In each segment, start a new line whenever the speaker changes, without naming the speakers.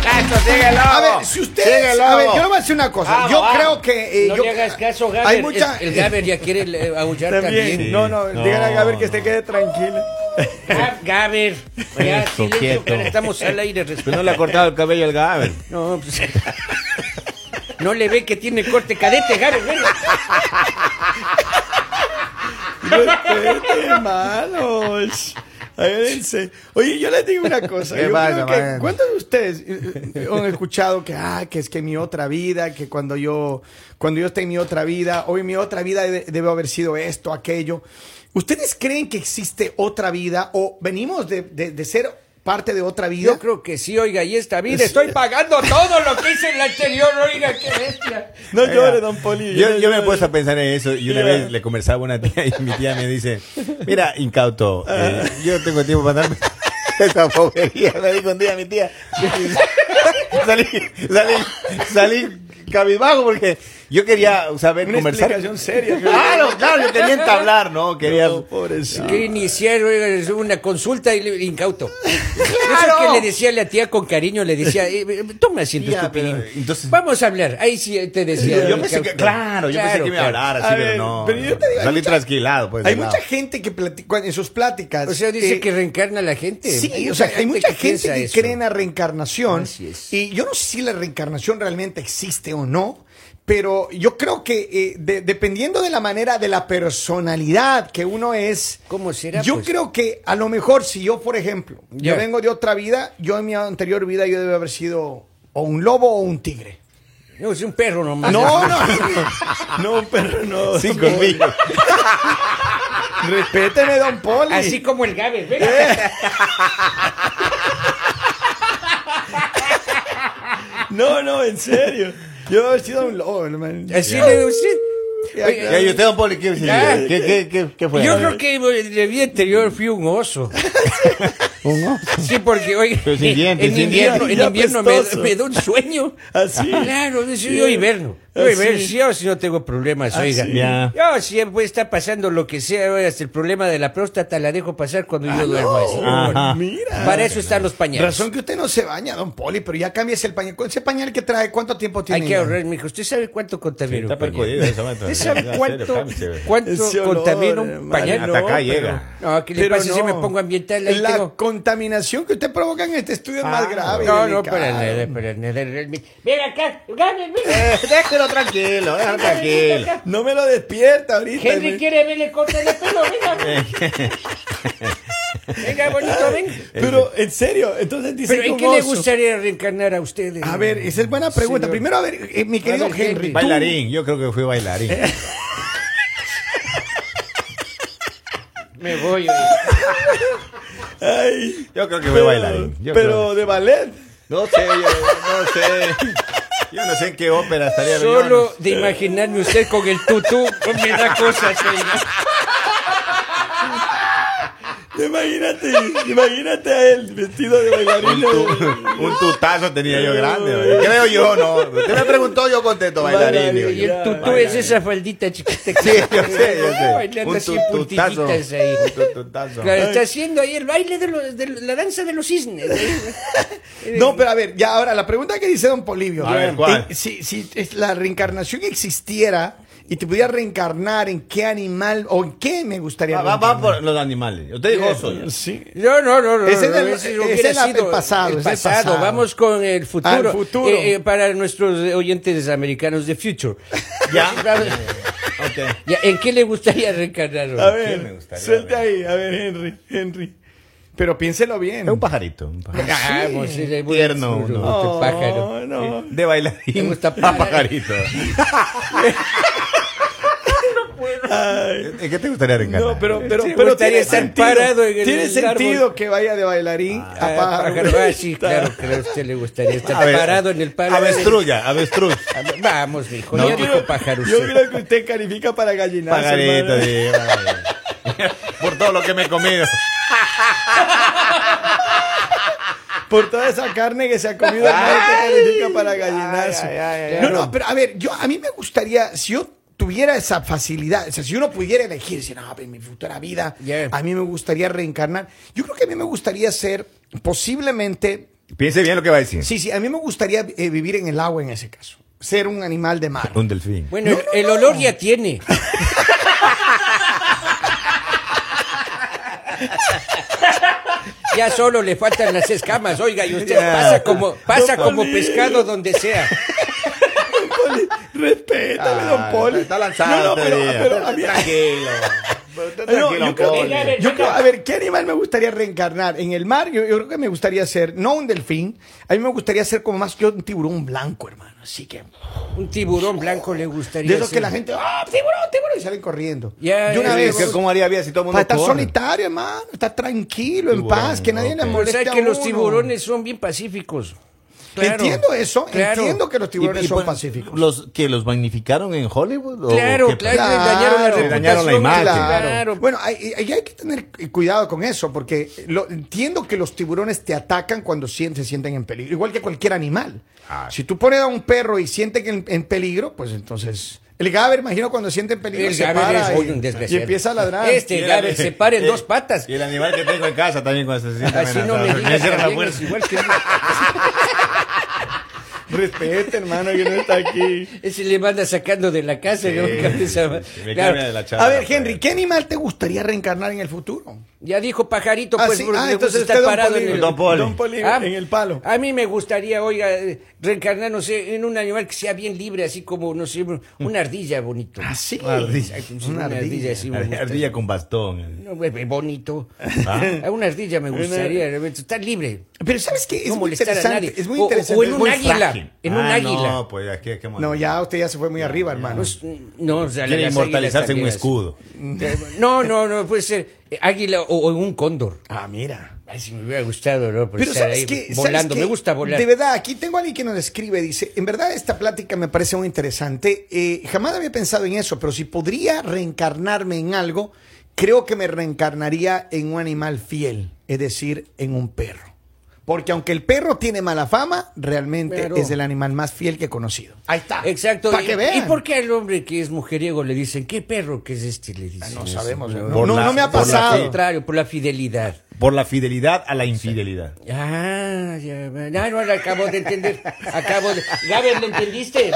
Sigue
A
Lobo.
ver, si ustedes.
Sigue Lobo.
a ver, yo le voy a decir una cosa.
Ah,
yo
va.
creo que. eh,
no
yo-
le hagas caso, Gaber.
Hay mucha.
El, el Gaber ya quiere eh, aullar también.
No, no, díganle a Gaber que se quede tranquilo.
Ah, Gaber. Ya,
Eso,
silencio,
quieto.
cara, estamos al aire.
Pues
respeta.
no le ha cortado el cabello al Gaber.
No, pues, no le ve que tiene corte cadete, Gaber. bueno.
Hermanos. Agárrense. Oye, yo les digo una cosa.
¿Qué
Yo
pasa,
creo que-
man?
¿Cuántos de ustedes eh, eh, han escuchado que, ah, que es que mi otra vida, que cuando yo, cuando yo esté en mi otra vida, hoy mi otra vida de- debe haber sido esto, aquello? ¿Ustedes creen que existe otra vida o venimos de, de- de ser parte de otra vida?
Yo creo que sí, oiga, y esta vida estoy pagando todo lo que hice en la anterior, oiga, qué bestia.
No
Oiga,
llore, don Poli.
Yo, yo me he
llore.
puesto a pensar en eso y una
Mira.
vez le conversaba a una tía y mi tía me dice, mira, incauto, eh, yo tengo tiempo para darme esa bobería, me dijo un día mi tía. salí, salí, salí cabizbajo porque yo quería saber
Una
conversar.
explicación seria.
Claro, claro, yo quería entablar, ¿no? Quería...
No, pobrecito.
Que iniciar oiga, es una consulta y le- incauto. Eso que le decía a la tía con cariño, le decía, eh, eh, toma asiento,
Tía,
estupidín.
pero, entonces-
Vamos a hablar. Ahí sí te decía.
Yo pensé que,
incauto.
claro, yo pensé
Claro,
que me iba a
claro.
hablar
A
así, pero
ver,
no.
pero yo te digo, hay
Salí
mucha-
trasquilado, pues. de
Hay
lado.
mucha gente que platica en sus pláticas.
O sea, dice
eh,
que reencarna la gente.
Sí, o sea, hay mucha gente
piensa
que,
eso.
cree en la reencarnación.
Así es.
Y yo no sé si la reencarnación realmente existe o no, pero yo creo que eh, de- dependiendo de la manera, de la personalidad que uno es,
¿Cómo será,
yo
pues?
creo que a lo mejor si yo, por ejemplo,
Ya.
yo vengo de otra vida, yo en mi anterior vida yo debe haber sido o un lobo o un tigre.
No, es un perro nomás.
No, no, no, pero no.
Sí, conmigo.
Respéteme, don Poli.
Así como el Gabe, ¿ves?
No, no, en serio. Yo he sido un lobo, hermano.
Así le usted.
Eh, Ya,
Oiga,
Ya, y usted, don Poli, ¿qué,
Ya.
qué, qué, qué- qué fue?
Yo creo que en la vida anterior fui un oso.
Un oso.
Sí, porque oiga,
Pero sin dientes,
en
sin
invierno,
dientes.
en invierno me,
Apestoso.
me da un sueño.
Así.
Claro, dice, yo hiberno. Yo
Así.
hiberno, sí, yo sí no tengo problemas, oiga.
Ya.
Yo siempre está pasando lo que sea, oiga, hasta el problema de la próstata la dejo pasar cuando yo duermo. así.
Ajá.
Mira.
Para eso están los pañales.
Razón que usted no se baña, don Poli, pero ya cambies el pañal. ¿Ese pañal que trae? ¿Cuánto tiempo tiene?
Hay que ahorrar, mijo. ¿Usted sabe cuánto contamina
Está
un pañal?
percudido esa madre.
¿Usted sabe
Ya, serio,
cuánto,
cámbiese.
Ese
cuánto
olor,
contamina un
hermano.
pañal?
Hasta acá
No,
llega.
No, ¿qué le
Pero
pasa si
no.
me pongo ambiental? Ahí
La
tengo-
contaminación que usted provoca en este estudio es más grave.
Ah, No,
y
no,
delicado.
para nada, para nada. realmente. Mira acá, Gabriel, mira.
Eh, déjelo tranquilo, déjalo tranquilo.
No me lo despierta ahorita.
Henry quiere verle corta el pelo, venga. venga, bonito, venga.
Pero, en serio, entonces dice
Pero ¿en
que
qué
un
le
oso.
gustaría reencarnar a ustedes?
A ver, esa es buena pregunta.
Señor.
Primero, a ver, eh, mi querido
ver,
Henry.
Henry.
tú-
Bailarín, yo creo que fui bailarín.
Me voy. oye.
Ay,
Yo creo que fui
pero,
bailarín. Yo
pero
creo-
de ballet.
No sé, yo no sé. Yo no sé en qué ópera estaría yo no
Solo
sé.
de imaginarme usted con el tutú me da cosas. oiga.
Imagínate, imagínate a él vestido de
Un,
bailarín.
tu- un tutazo tenía yo grande. oye. Creo yo, no. Usted me preguntó, yo contesto bailarín. digo
Y
yo.
el tutú
Bailarín.
es esa faldita chiquita.
Sí, yo sé, yo sé.
Bailando así en
tutazo.
puntillitas ahí.
Un tu- tutazo.
Claro, está haciendo ahí el baile de, los- de la danza de los cisnes. ¿eh?
No, pero a ver, ya ahora la pregunta que dice Don Polivio.
A ver, ¿cuál?
Eh, Si, si es- la reencarnación existiera y te pudieras reencarnar, ¿en qué animal o en qué me gustaría
Va, va, va
reencarnarme?
por los animales. Usted dijo oso. ya.
Sí.
No, no, no, no.
Ese es
no,
el-
ese
ese
hubiera
es la- el
sido
pasado,
el
es el
pasado.
pasado.
Vamos con el futuro.
Al futuro.
Eh, eh, para nuestros oyentes americanos de Future.
Ya.
Vamos-
Ok.
ya, ¿En qué le gustaría reencarnar?
A
me
ver,
gustaría
suelte
ver?
ahí, a ver, Henry, Henry. Pero piénselo bien.
Es un pajarito. Un pajarito.
Vamos,
sí.
eh, muy
Tierno,
duro,
¿no?
este
No,
pájaro.
no.
De bailarín.
Me gusta
a
parar.
pajarito.
Ay,
¿En qué te gustaría reencarnar?
No, pero, pero,
Sí, me
pero
gustaría
tiene
estar
sentido.
parado en el
tiene
árbol.
sentido que vaya de bailarín a
Ah,
pájaro.
pájaro. Ah, sí, claro, claro, a usted le gustaría estar
A ver,
parado en el palo.
Avestruz, ya, avestruz.
Vamos, mijo,
No,
ya
yo-
dijo pájaro.
Yo
usted.
creo que usted califica para gallinazo.
Pajarito,
hermano.
sí, vale. Por todo lo que me he comido.
Por toda esa carne que se ha comido, nadie te califica para gallinazo. no, no, pero a ver, yo a mí me gustaría, si yo tuviera esa facilidad, o sea, si uno pudiera elegir, si no, en mi futura vida,
Yeah.
a mí me gustaría reencarnar. Yo creo que a mí me gustaría ser posiblemente
Piense bien lo que va a decir.
Sí, sí, a mí me gustaría eh, vivir en el agua en ese caso. Ser un animal de mar.
Un delfín.
Bueno, el olor ya tiene. Ya solo le faltan las escamas, oiga, y usted
Ya.
pasa como pasa
Don
como
Poli.
pescado donde sea.
Respétame, don Poli.
Está lanzado.
No, no, pero-
todavía.
pero a mí-
tranquilo. Está
No,
tranquilo,
yo creo,
Poli.
que-
yo creo- a ver, ¿qué animal me gustaría reencarnar? En el mar, yo, yo creo que me gustaría ser, no un delfín, a mí me gustaría ser como más que un tiburón blanco, hermano. Así que,
Un tiburón blanco le gustaría.
de esos
ser.
que la gente, ¡ah, tiburón, tiburón! Y salen corriendo.
Ya,
Yo una
ya,
vez,
ya,
¿Cómo haría vida si todo el mundo
para estar
corre?
solitario, hermano, estar tranquilo, en
Tiburón,
paz, que nadie
ok.
le
Pues
Pues
moleste
sabe
a
que los
uno.
tiburones son bien pacíficos. Claro.
Entiendo eso,
Claro.
entiendo que los tiburones
Y- y
son
pues,
pacíficos.
Los que los magnificaron en Hollywood. ¿o
Claro,
qué
claro,
pasa?
le dañaron la
Claro, le
reputación.
dañaron la imagen.
Claro.
Claro. Bueno, ahí ahí hay, que tener cuidado con eso, porque lo- entiendo que los tiburones te atacan cuando sien- se sienten en peligro, igual que cualquier animal.
Ah.
Si tú pones a un perro y siente que en, en peligro, pues entonces. El gaber, imagino, cuando siente en peligro,
El
se
Gaber
para
es
y,
un desgraciado.
y empieza a ladrar.
Este
Y el-
Gaber se para en
el-
dos patas.
Eh, Y el animal que tengo en casa también cuando se siente
Así no me
amenazado.
digas
cierra la
también,
puerta.
es igual que
Respete, hermano, que no está aquí.
ese le manda sacando de la casa.
Sí,
¿no? Cabeza-
sí, me
Claro.
cambia de la pues. charla.
A ver, Henry, ¿qué animal te gustaría reencarnar en el futuro?
Ya dijo pajarito,
Ah,
pues
sí,
porque
ah,
le gusta
entonces
estar
usted, don
parado
Poli.
en el-
Don Poli.
Don Poli,
Ah,
en el palo.
A mí me gustaría, oiga, eh, reencarnar, no sé, en un animal que sea bien libre, así como, no sé, una ardilla bonito.
Mm. Ah, sí.
Una ardilla.
Exacto, sí,
Una
una ardilla,
ardilla. Ah.
sí me
Ar-
gusta.
Ardilla con bastón.
No, bebé, bonito. A una ardilla me gustaría, realmente, estar libre.
Pero ¿sabes qué? Es
no
muy
molestar a
interesante.
nadie.
Es muy
O-
interesante.
O, en
es
un
muy
águila.
frágil.
En un
Ah,
águila.
No, pues aquí es que
No, ya usted ya se fue muy arriba, hermano.
Pues, no, o sea,
Quiere
las águilas
inmortalizarse en un
también,
escudo.
así. No, no, no, puede ser eh, águila o, o en un cóndor.
Ah, mira.
Ay, si me hubiera gustado, ¿no? Por
Pero
estar
sabes
Pues, ahí
que
volando, me gusta volar.
De verdad, aquí tengo a alguien que nos escribe, dice, en verdad esta plática me parece muy interesante. Eh, jamás había pensado en eso, pero si podría reencarnarme en algo, creo que me reencarnaría en un animal fiel, es decir, en un perro. Porque aunque el perro tiene mala fama, realmente
Claro.
es el animal más fiel que he conocido. Ahí está.
Exacto.
Para
¿Y-
que vean.
¿Y por qué al hombre que es mujeriego le dicen, qué perro que es este? Le dicen.
Ah, No
eso.
sabemos. No,
Por
no-
la-
no me ha
por la
Al
pasado.
fe.
contrario, por la fidelidad.
Por la fidelidad a la infidelidad.
Ah, ya, va. no, no, lo acabo de entender. Acabo de. Gaber, ¿lo entendiste?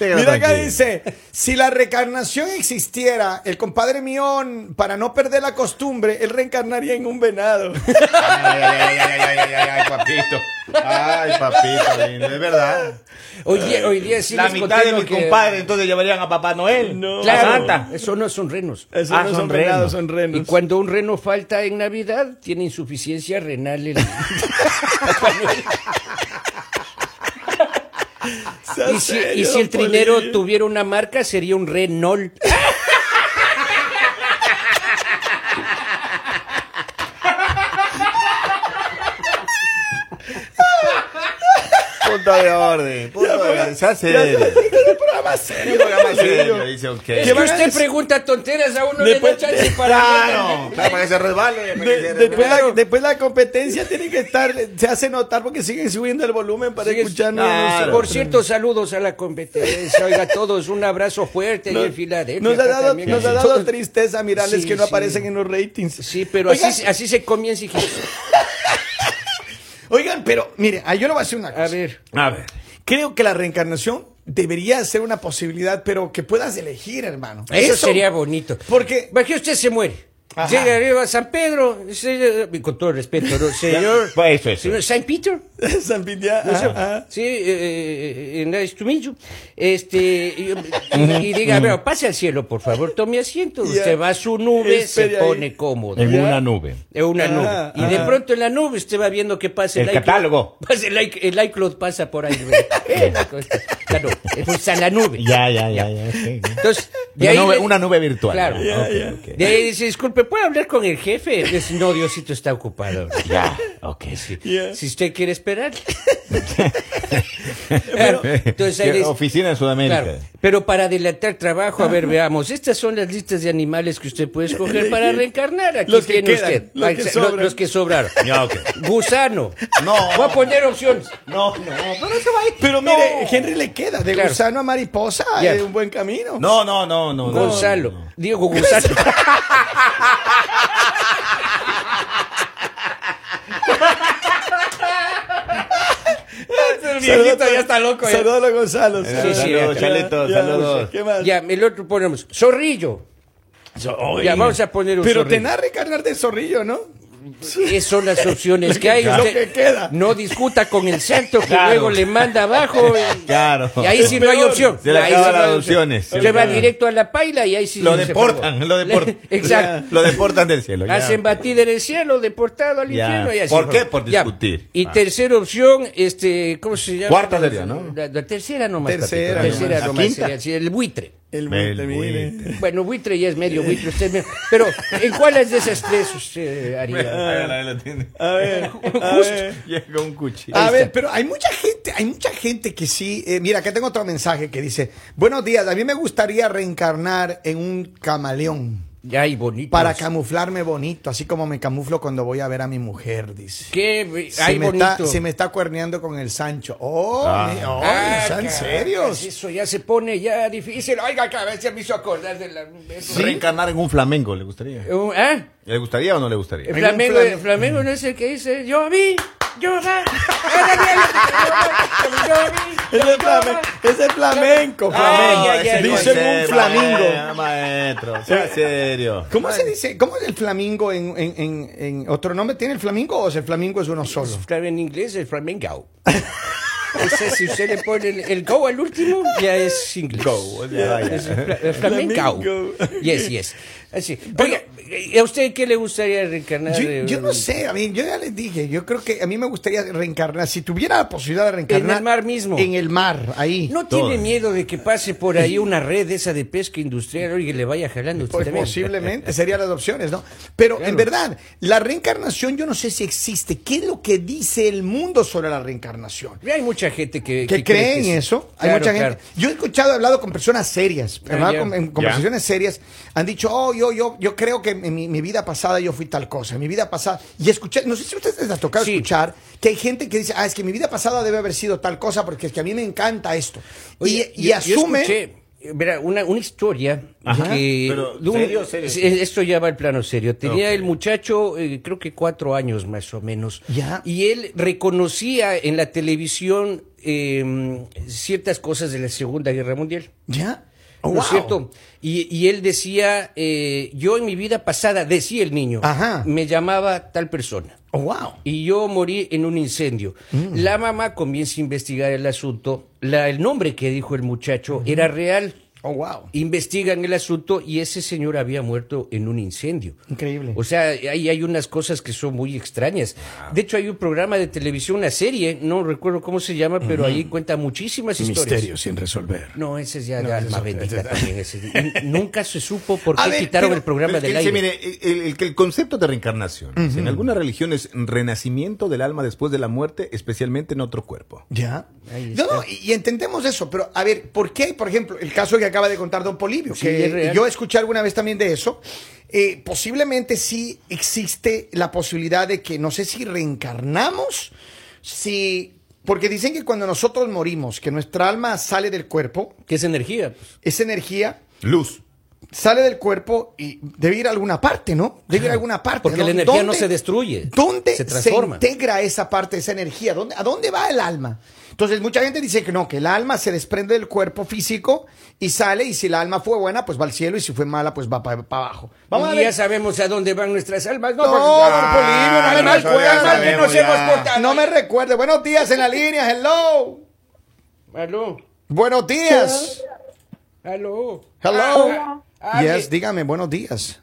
Déjalo
Mira acá
tranquilo.
dice, si la reencarnación existiera, el compadre Mion, para no perder la costumbre, él reencarnaría en un venado.
Ay, ay, ay, ay, ay, ay, ay, ay, papito. Ay, papito, lindo, es verdad.
Hoy día, hoy día sí
la
les
mitad
conté
de
lo
mis
que-
compadres entonces llevarían a Papá Noel.
No.
Claro,
A Santa.
eso no son renos.
Eso Ah, no son son venados, renos.
son
Y cuando un reno falta en Navidad, tiene insuficiencia renal. el- y, si, y si el trinero tuviera una marca, sería un renol.
Punto de orden. Punto de orden. Se hace.
serio,
programa serio, dice, ok.
Es que
Llevar-
usted pregunta tonteras a uno
Después-
le da chance para.
Claro, claro, para que se resbale. para que se resbale.
después, la, después la competencia tiene que estar, se hace notar porque siguen subiendo el volumen para
Sigue-
escucharnos.
Claro.
nosotros.
Por cierto, saludos a la competencia. Oiga, a todos un abrazo fuerte y en Filadelfia.
Nos ha
acá
dado,
también.
nos ha dado tristeza mirarles
Sí,
que no
sí.
aparecen en los ratings.
Sí, pero
Oigan,
así, así se comienza. hijitos.
Oigan, pero mire, ah, yo le voy a decir una cosa.
A ver.
A ver.
Creo que la reencarnación debería ser una posibilidad, pero que puedas elegir, hermano.
Eso, sería bonito.
Porque-
Imagínate, usted se muere.
Ajá.
Llega arriba a San Pedro, se- y con todo el respeto, ¿no? señor.
Pues eso, eso.
señor San Peter.
San Pitea, ajá.
Sí, eh, eh, nice to meet you. Este, y, y diga, pero pase al cielo, por favor, tome asiento.
Ya.
Usted va a su nube,
Espere
se
ahí.
pone cómodo.
En una nube.
En Eh, una nube.
Ajá,
y de
ajá.
pronto en la nube usted va viendo que pasa
El catálogo.
Pasa el, i- el iCloud pasa por ahí. ¿no? Una cosa. claro, pues en la nube.
Ya, ya, ya, ya. sí, ya.
Entonces, de
Una
ahí
nube-
le-
una nube virtual.
Claro.
Ya,
Ok,
ya.
ok. De ahí dice, disculpe, ¿puedo hablar con el jefe? Dice, no, Diosito está ocupado.
Ya, ok, sí.
Ya.
Si usted quiere esperar. Claro, entonces ahí
Que
dice,
Oficina en Sudamérica.
claro, pero para adelantar trabajo, a ver, veamos. Estas son las listas de animales que usted puede escoger para reencarnar. Aquí
Los que
tiene
quedan,
usted.
los
Ahí
que
está,
sobran.
los que sobraron.
Ya, ok.
Gusano.
No.
Voy a poner opciones.
No, no, pero
Pero
No.
mire, Henry le queda de
Claro.
gusano a mariposa,
Ya.
es un buen camino.
No, no, no, no. no.
Gonzalo. Diego Gonzalo. Dieguito ya está loco. ¿eh? ya.
Saludos a Gonzalo.
sí,
saludos,
ya.
Chaleto,
Ya,
saludos.
¿Qué más?
Ya, el otro ponemos. Zorrillo. Ya, vamos a poner un
Pero
zorrillo.
tenés recargar de zorrillo, ¿no?
Esas son las opciones que hay.
Lo
Usted
que queda.
No discuta con el santo que
Claro.
luego le manda abajo. y-
Claro.
Y ahí sí
Es
no hay
peor.
opción.
Se le
Ahí
acaban
sí no
las
hay opción.
opciones. Se
Se
le
va
acaban.
directo a la paila y ahí sí.
Lo
se
deportan,
acabó.
lo deportan.
Exacto.
Lo deportan del cielo. ya.
Hacen batida en el cielo, deportado al
Ya.
infierno y así.
¿Por qué?
fue.
Por
Ya.
discutir.
Y
Ah.
tercera opción, este, ¿cómo se llama?
Cuarta sería, ¿no?
La, la tercera nomás.
Tercera
papito. tercera
nomás.
nomás
La quinta.
sería, sí, el buitre.
El
Bel-
Monte, mire.
buitre.
Bueno, buitre ya es medio buitre, usted es medio- Pero, ¿en cuáles de esas tres usted haría?
Ahí la- ahí la tiene.
A ver, a
Justo.
ver.
Llega un cuchillo.
A
Ahí
ver,
está.
pero hay mucha gente, hay mucha gente que sí. eh, mira, acá tengo otro mensaje que dice: Buenos días, a mí me gustaría reencarnar en un camaleón
Ya hay bonitos.
para camuflarme bonito, así como me camuflo cuando voy a ver a mi mujer, dice.
¿Qué?
Se,
Hay
me
bonito.
está, se me está cuerneando con el Sancho. Oh,
Ah.
mi- oh,
Ah,
¿en
caracas,
serio?
Eso ya se pone ya difícil. Oiga, que a veces me hizo acordar de la... de eso.
Reencarnar en un flamenco, ¿le gustaría?
Eh, ¿Ah?
¿Le gustaría o no le gustaría?
Eh,
El Flamengo,
flam-
el Flamengo no es el que dice, yo vi, yo va, era bien, yo vi,
Ese
yo
es flame-
va".
ese es flamenco, flamenco.
Ah, ya, ya, eh, ah, ya.
eh, Dicen un flamingo. Eh,
Maestro, maestro, sea serio.
¿Cómo se dice? ¿Cómo es el flamingo en, en- en- en otro nombre? ¿Tiene el flamingo o es el flamingo es uno solo?
Claro, en inglés es flamengo. O sea, si usted le pone el, el go al último, ya es inglés.
Go, ya, vaya.
Es fla- eh, flamenco.
Flamengo.
Yes, yes. Así. Oiga, ¿y ¿a usted qué le gustaría reencarnar?
Yo, yo no
eh,
sé, a mí, yo ya les dije, yo creo que a mí me gustaría reencarnar, si tuviera la posibilidad de
En
reencarnar.
el mar mismo.
En el mar, ahí.
¿No
Todo.
tiene miedo de que pase por ahí una red esa de pesca industrial y que le vaya jalando usted
Pues
también?
posiblemente serían las opciones, ¿no? Pero
Claro.
en verdad, la reencarnación yo no sé si existe. ¿Qué es lo que dice el mundo sobre la reencarnación?
Hay mucha gente que,
que
que cree
creen
que sí.
eso. Hay
Claro,
mucha gente.
claro.
Yo he escuchado, he hablado con personas serias,
Ah,
¿verdad?
ya.
Con- en
Ya.
conversaciones serias, han dicho, oh, yo, yo, yo creo que en mi, mi vida pasada yo fui tal cosa, en mi vida pasada. Y escuché, no sé si a ustedes les ha tocado
Sí.
escuchar que hay gente que dice, ah, es que mi vida pasada debe haber sido tal cosa porque es que a mí me encanta esto.
Oye,
y, y
yo- yo
asume.
escuché, eh, verá, una, una historia
Ajá.
que...
Pero,
de un-
¿serio, serio?
es- es- Esto ya va al plano serio. Tenía
Ok.
el muchacho, eh, creo que cuatro años más o menos.
Ya.
Y él reconocía en la televisión eh, ciertas cosas de la Segunda Guerra Mundial.
ya. Oh,
¿No
Wow.
es cierto? Y, y él decía, eh, yo en mi vida pasada, decía el niño,
Ajá.
me llamaba tal persona
Oh, wow.
y yo morí en un incendio.
Mm.
La mamá comienza a investigar el asunto. La- el nombre que dijo el muchacho era real.
Oh, wow.
Investigan el asunto y ese señor había muerto en un incendio.
Increíble.
O sea, ahí hay unas cosas que son muy extrañas. De hecho, hay un programa de televisión, una serie, no recuerdo cómo se llama, pero ahí cuenta muchísimas historias.
sin resolver.
No, ese es ya de alma bendita también. ese es- n- nunca se supo por
A
qué
ver,
quitaron
pero-
el programa
Pero es que
del
dice,
aire.
mire, el, el- que el concepto de reencarnación dice, en algunas religiones renacimiento del alma después de la muerte, especialmente en otro cuerpo.
Ya.
Ahí
No,
está.
no, y, y entendemos eso, pero a ver, ¿por qué, por ejemplo, el caso que acaba de contar Don Polivio?
Sí,
que
es real.
yo escuché alguna vez también de eso. eh, posiblemente sí existe la posibilidad de que, no sé si reencarnamos, si. Porque dicen que cuando nosotros morimos, que nuestra alma sale del cuerpo,
¿Qué es energía? pues.
esa energía
Luz.
sale del cuerpo y debe ir a alguna parte, ¿no? Debe ir a alguna parte.
Porque
¿no?
la energía no
¿Dónde-
se destruye.
¿Dónde se,
se transforma?
integra esa parte, esa energía? ¿Dónde, ¿A dónde va el alma? Entonces, mucha gente dice que no, que el alma se desprende del cuerpo físico y sale, y si la alma fue buena, pues va al cielo, y si fue mala, pues va para abajo. Vamos
y
a
ya
ver.
sabemos a dónde van nuestras almas. No,
No,
porque-
don
Ah,
Polibio, no me
mal,
recuerda,
mal, mal que
sabemos
nos hemos
ya.
portado.
No me recuerde. Buenos días en la línea, hello.
Aló,
Buenos días.
aló.
Hello.
Ah,
Yes,
hable.
dígame, buenos días.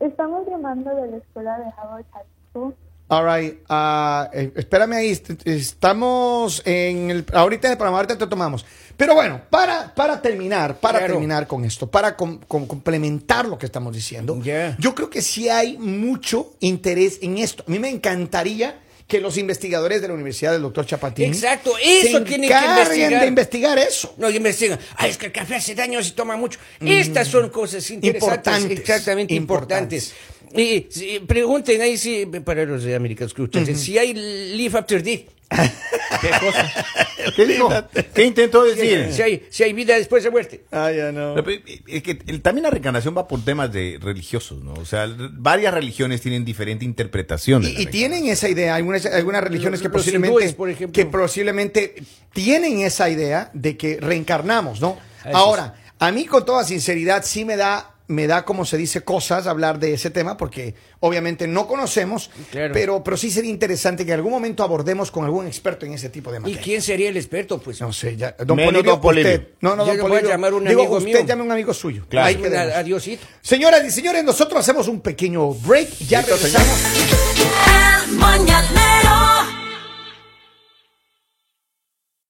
Estamos llamando de la escuela de Howard High School.
All right, ah, eh, espérame ahí, est- estamos en el, ahorita en el programa, ahorita te tomamos. Pero bueno, para, para terminar, para
Claro.
terminar con esto, para com- com- complementar lo que estamos diciendo,
Yeah.
yo creo que sí hay mucho interés en esto. A mí me encantaría que los investigadores de la Universidad del Doctor Chapatín
Exacto, eso tienen que
encarguen
investigar.
de investigar eso.
No, y me decían, "Ay, es que el café hace daño si toma mucho. Estas son cosas interesantes,
Mm. Importantes,
exactamente importantes.
importantes.
Y, sí, pregunten ahí si, para los eh, americanos que ustedes, si hay Live After Death.
¿Qué cosa?
¿Qué dijo? ¿Qué intentó decir?
Si hay, si hay vida después de muerte.
Ah, ya no.
Pero, pero, Es que el- también la reencarnación va por temas de religiosos, ¿no? O sea, r- varias religiones tienen diferente interpretación. de la
Y, y
reencarnación.
tienen esa idea, algunas, algunas religiones que
los
posiblemente,
hindúes, por ejemplo.
que posiblemente tienen esa idea de que reencarnamos, ¿no?
Así
Ahora, a mí con toda sinceridad sí me da, me da como se dice cosas hablar de ese tema porque obviamente no conocemos,
Claro.
pero, pero sí sería interesante que en algún momento abordemos con algún experto en ese tipo de
¿Y
materia.
quién sería el experto? Pues
No sé, ya, don
Menos
Polibio,
don Polibio.
usted- no, no,
Yo
don
le voy a
Polibio,
llamar a un
digo,
amigo
usted
mío.
llame a un amigo suyo.
Claro.
Ahí
Ay,
quedemos.
a- adiosito.
Señoras y señores, nosotros hacemos un pequeño break, ya
Listo, señor.
regresamos.
El mañanero